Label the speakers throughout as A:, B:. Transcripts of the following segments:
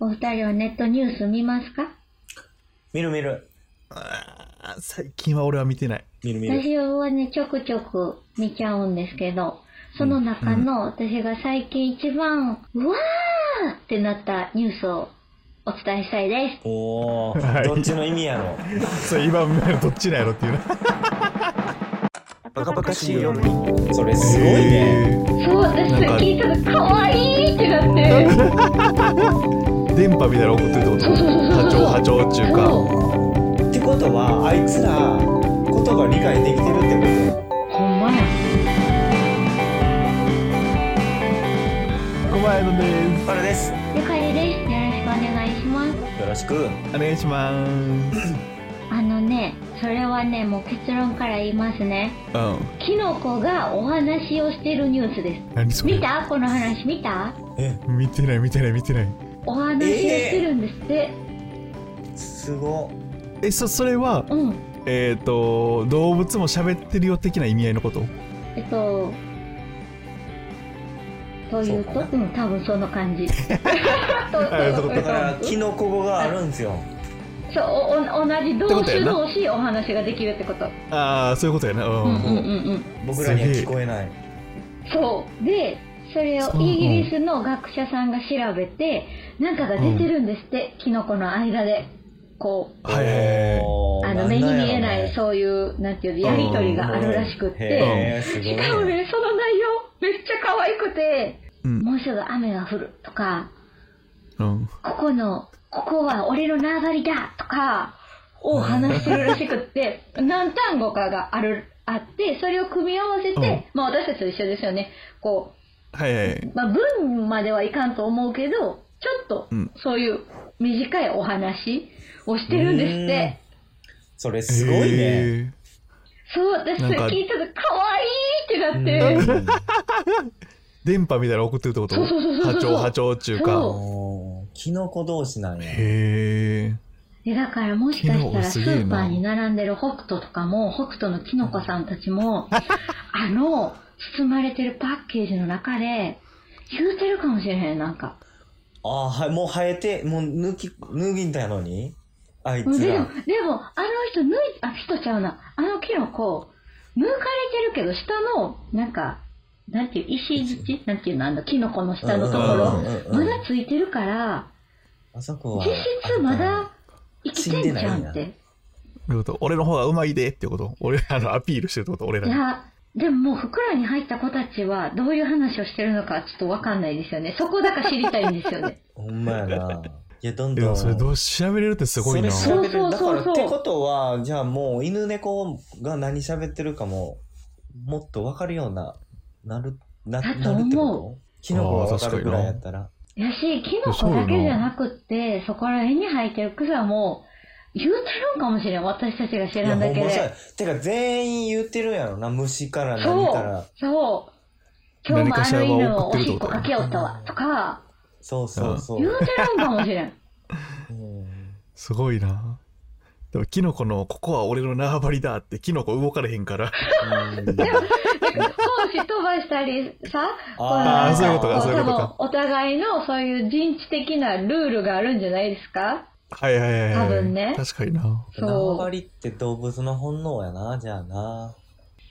A: お二人はネットニュース見ますか
B: 見る見る。
C: あー最近は俺は見てない。
B: 見る見る。
A: 私はね、ちょくちょく見ちゃうんですけど、その中の私が最近一番、うわーってなったニュースをお伝えしたいで
B: おお、
C: はい
B: どっちの意味やろ。
C: そう、今見るどっちなんやろっていうな。
A: す。
B: バカバカしい夜に。それすごいね。
A: そう、私それ聞いたら可愛いってなって。
C: えー電波みたいなの送ってるっ てこと
A: そうそうそうそう
C: 波長、波長っていうか。
A: そう
B: ってことは、あいつら、ことが理解できてるってこ
A: ほんまや。
C: 小前ので
B: とあれです。よ
A: ゆかりです。よろしくお願いします。
B: ろしく。
C: す。お願いします。
A: あのね、それはね、もう結論から言いますね。
C: うん。
A: キノコがお話をしてるニュースで
C: 何
A: す。
C: それ
A: 見たこの話見た
B: え、
C: 見てない見てない見てない。
A: お話をしてるんですって。
B: すご。
C: え、そ、それは、
A: うん。
C: えっ、と、動物も喋ってるよ的な意味合いのこと
A: えっと、という
B: そ
A: と、
B: う
A: う
B: か
A: ん、多分その感 じ。と
C: いうこと
B: だから、キノコ語があるんですよ。
A: そう、おお同じ
C: ってこ
A: 同
C: とや
A: 種
C: な
A: 同士お話ができるってこと。
C: ああ、そういうことやな。う。
A: うんんうんうんうん。
B: 僕らには聞こえない。
A: そうでそれを
C: そう
A: イギリスの学者さんが調べてなんかが出てるんですって、キノコの間でこう
C: はいはいはい。
B: おー
A: あ
B: な
A: の
B: んだ
A: 目に
B: よね
A: 見えないそういうなんていうのやり取りがあるらしくって
B: へーすごい
A: しかも
B: ね。
A: ねその内容めっちゃ可愛くて
C: うん。
A: もうすぐ雨が降るとか
C: うん。
A: ここのここは俺の縄張りだとかを話してるらしくって 何単語かがあるあってそれを組み合わせて、
C: うん
A: まあ私たちと一緒ですよねこう
C: はいはい。
A: まあ、文まではいかんと思うけど、ちょっと
C: うん
A: そういう短いお話をしてるんですって。
B: それすごいね。
C: え
A: そう、私それ
C: なんか
A: 聞いたら可愛いってなって。
B: うん
C: ー電波みたいなの送ってるってこと
A: そうそうそうそう
C: 波長、波長っていう
A: そ
C: か。
B: おーキノコ同士なんや。
C: へえ。
A: でだからもしかしたらス
C: 昨日すげえ
A: ーパ
C: な
A: ーに並んでる北斗とかも、北斗のキノコさんたち も、あの、包まれてるパッケージの中で、言うてるかもしれへん、なんか。
B: あーはい、もう生えて、もう抜き、脱ぎんだやのにあい
A: でも、
B: つ
A: で
B: ら
A: も。、あの人、抜い、あ、人ちゃうな。あのキノコ、抜かれてるけど、下の、なんか、なんていう、石槌なんていうの、あの、キノコの下のとこ
C: うん
A: ろ、
B: うんうんうん
A: まだついてるから、
B: あそこは。
A: 実質まだ生きてんじゃんっ
B: 死ん
A: て。
C: どういうこと俺の方がうまいでってこと俺らのアピールしてるってこと俺ら
A: い
C: に。
A: や、でももう、袋に入った子たちは、どういう話をしてるのか、ちょっとわかんないですよね。そこだから知りたいんですよ ね。
B: ほんまやな。いや、どん
C: で
B: ど
C: も
B: ん。
C: それどう調べれるってすごいな。
B: それ調べれる
A: そうそう
B: だか
A: そう
B: ら
A: そう
B: ってことは、じゃあもう犬猫が何喋ってるかも、もっとわかるような、なる、な、
A: だと
B: なるってこ
A: 思
B: とキノコがわかるぐらいやったら。
A: やし、キノコだけじゃなくって、そこら辺に生えてる草も、言うてるんかもしれん、私たちが知
B: い
A: ら
B: や、
A: ん
B: ほ
A: だ
B: ん
A: け
B: ま
A: で
B: そう。や。てか全員言ってるやろな。虫から何
A: そ
B: から
A: う。、そう。今日
C: 何
A: も
C: か
A: あ
C: しら
A: の
C: は
A: 犬を
C: 送
A: お
C: ってるって
A: しっ
C: こと
A: こ
C: だ
A: かけよったわ、とか、
B: そうそうそう。
A: 言うてるんかもしれん。
B: うん
C: すごいな。でもキノコのここは俺の縄張りだってキノコ動かれへんから。
B: うん
A: 講師飛ばしたりさ、
C: あーそういうことか
A: こ
C: そういうことか
A: 多分お互いのそういう人知的なルールがあるんじゃないですか
C: はいはいはいはい。
A: 多分ね
C: 確かにな。
B: 縄張
A: そう。
B: りって動物の本能やな、じゃあな。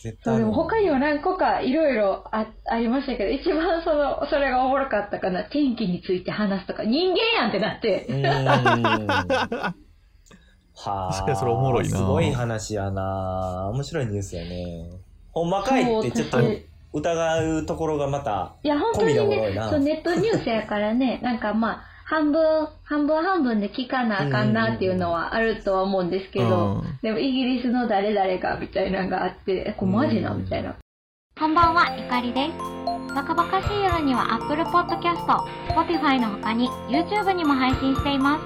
B: 絶
A: そう
B: 対。
A: でも他にも何個かいろいろあありましたけど、一番その、それがおもろかったかな。天気について話すとか、人間やんってなって。
B: うーんはあ。
C: 確かにそれおもろいな
B: すごい話やな。面白いニュースやね。ほんまかいってちょっと
A: そう私
B: 疑うところがまた。
A: いや、本当に
B: 込みでおもろい
A: ね
B: な、
A: そうネットニュースやから ね、なんかまあ、半分、半分半分で聞かなあかんなっていうのはあるとは思うんですけ
C: う
A: ど
C: ん、
A: でもイギリスの誰々がみたいなのがあって、えこれマジな
B: うん
A: みたいな。
D: こんばんは、ゆかりです。バカバカしい夜には Apple Podcast、Spotify の他に YouTube にも配信しています。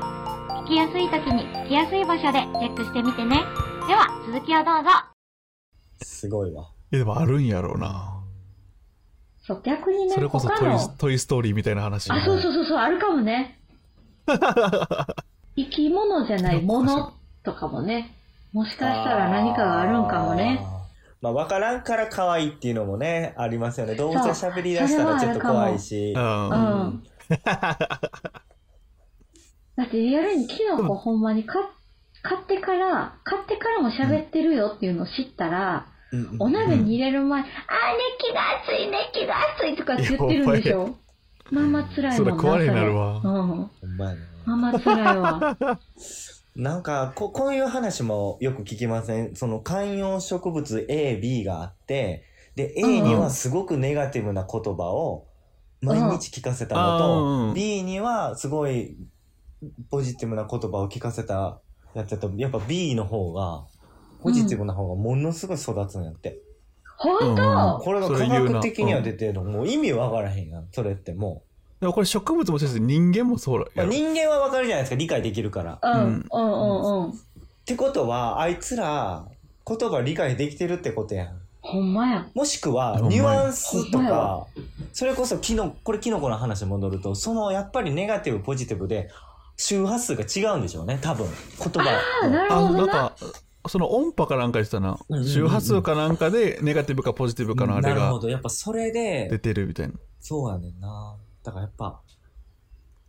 D: 聞きやすい時に聞きやすい場所でチェックしてみてね。では、続きをどうぞ。
B: すごいわ。
C: いやでもあるんやろうな。
A: そう、逆にね、
C: それこそ
A: 他
C: ト
A: の
C: イ、トイストーリーみたいな話。
A: あ、そうそうそうそう、あるかも ね。生き物じゃないものとかもね、もしかしたら何かがあるんかもね。
B: あー。まあ、わからんから可愛いっていうのもね、ありますよね。動物が喋り出したらちょっと怖いし。
C: う。
A: うんん。 だってリアルにキノ
C: う
A: コ
C: ん
A: ほんまに買っ買ってから、買ってからも喋ってるよっていうのを知ったら、
B: うんうん
A: お鍋に入れる前、あー、熱気が熱い、熱気が熱いとかって言ってるんでしょ。まあまあ辛い
C: それ
A: もん
C: 壊れになるわ
A: それうん。
B: ほんまや
A: まあ
B: な
A: まあ辛 いわ。
B: なんかこ、こういう話もよく聞きません。その観葉植物 A、B があって、で、A にはすごくネガティブな言葉を毎日聞かせたのと、
C: うん
B: B にはすごいポジティブな言葉を聞かせたやつだと、やっぱ B の方が、ポジティブな方がものすごい育つんやって。
A: ほんと
B: これが科学的には出てるの、もう意味わからへんやん、それっても
C: でもこれ植物もそうです人間もそ
B: う。
C: う
B: ま
C: や
B: あ
C: ろ
B: 人間はわかるじゃないですか、理解できるから。
A: うん、うん、
C: ん
A: うん、うん。
B: ってことは、あいつら、言葉理解できてるってことやん。
A: ほんまや。
B: もしくは、
C: ほんま
B: ニ
C: や
B: ュアンスと
A: ほんまや
B: か
A: わ、
B: それこそ、キノ、これキノコの話戻ると、その、やっぱりネガティブ、ポジティブで、周波数が違うんでしょうね、多分。言葉。
A: あ、なる
C: あ
A: ほ
C: な
A: ど
C: ん
A: な。
C: かその音波かなんか言ってたな
B: うんうんうん
C: 周波数かなんかでネガティブかポジティブかのあれ
B: なるほ
C: が
B: ど。やっぱそれ
C: 出
B: で、
C: てるみたいな
B: そうやねんな。だからやっぱ、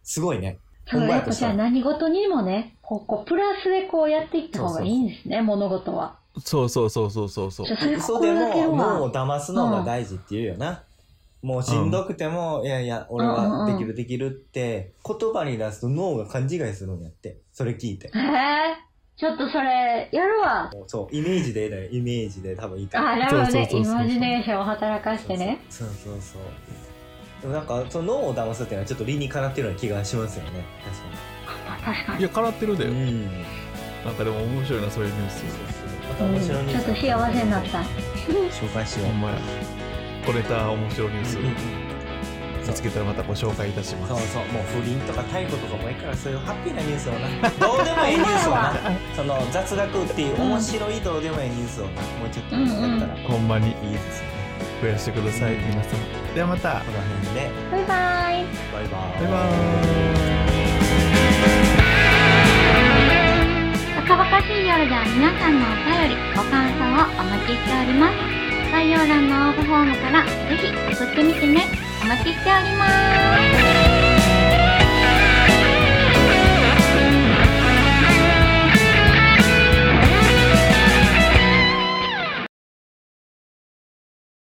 B: すごいね。
A: そうやっぱじゃあ何事にもね、こう、こうプラスでこうやっていった方がいいんですね、物事は。
C: そうそうそうそうそうそう
A: じゃあそれ
B: 嘘で
A: 心がけ
B: も
A: る
B: 脳
A: わ
B: を。騙すのが大事って言うよな、もうしんどくても、いやいや俺はできるできるって言葉に出すと脳が勘違いするんやってそれ聞いて
A: へえちょっとそれ、やるわ。
B: もうそうイメージでええのよイメージで多分いいから
A: あ、なるほどね。
C: そうそうそう
A: イ
C: そう
A: マジネーションを働かしてね。
B: そうそうそうそうでもなんかその脳を騙すっていうのはちょっと理にかなってるような気がしますよね
A: 確か
C: い
A: に。
C: やからってるだ
B: 確か
C: よ
B: にうん
C: なんかでも面白いなそういうニュース
B: また
A: うん
B: 面
A: ち
B: 白いニュ
A: ょ
B: ー
A: っ
B: ス
A: と幸せになった。
B: 紹介しよう
C: ほんまやこれた面白いニュース
B: うんうん
C: 見つけたらまたご紹介いたしま
B: そう
C: す
B: そうもう不倫とか逮捕とかもいいからそういうハッピーなニュースをなどうでもいいニュースをなその雑学っていう面白いどうでもいいニュースをなもうちょっとやったらい
C: ほんまに
B: いですよね
C: 増やしてください皆さんではまた
B: この辺で
A: バイバイ。
B: バイバー
C: バイバーイ
D: バカバカしい夜では皆さんのお便り、ご感想をお待ちしております。概要欄の応募フォームからぜひ送ってみてね。お待ちしております。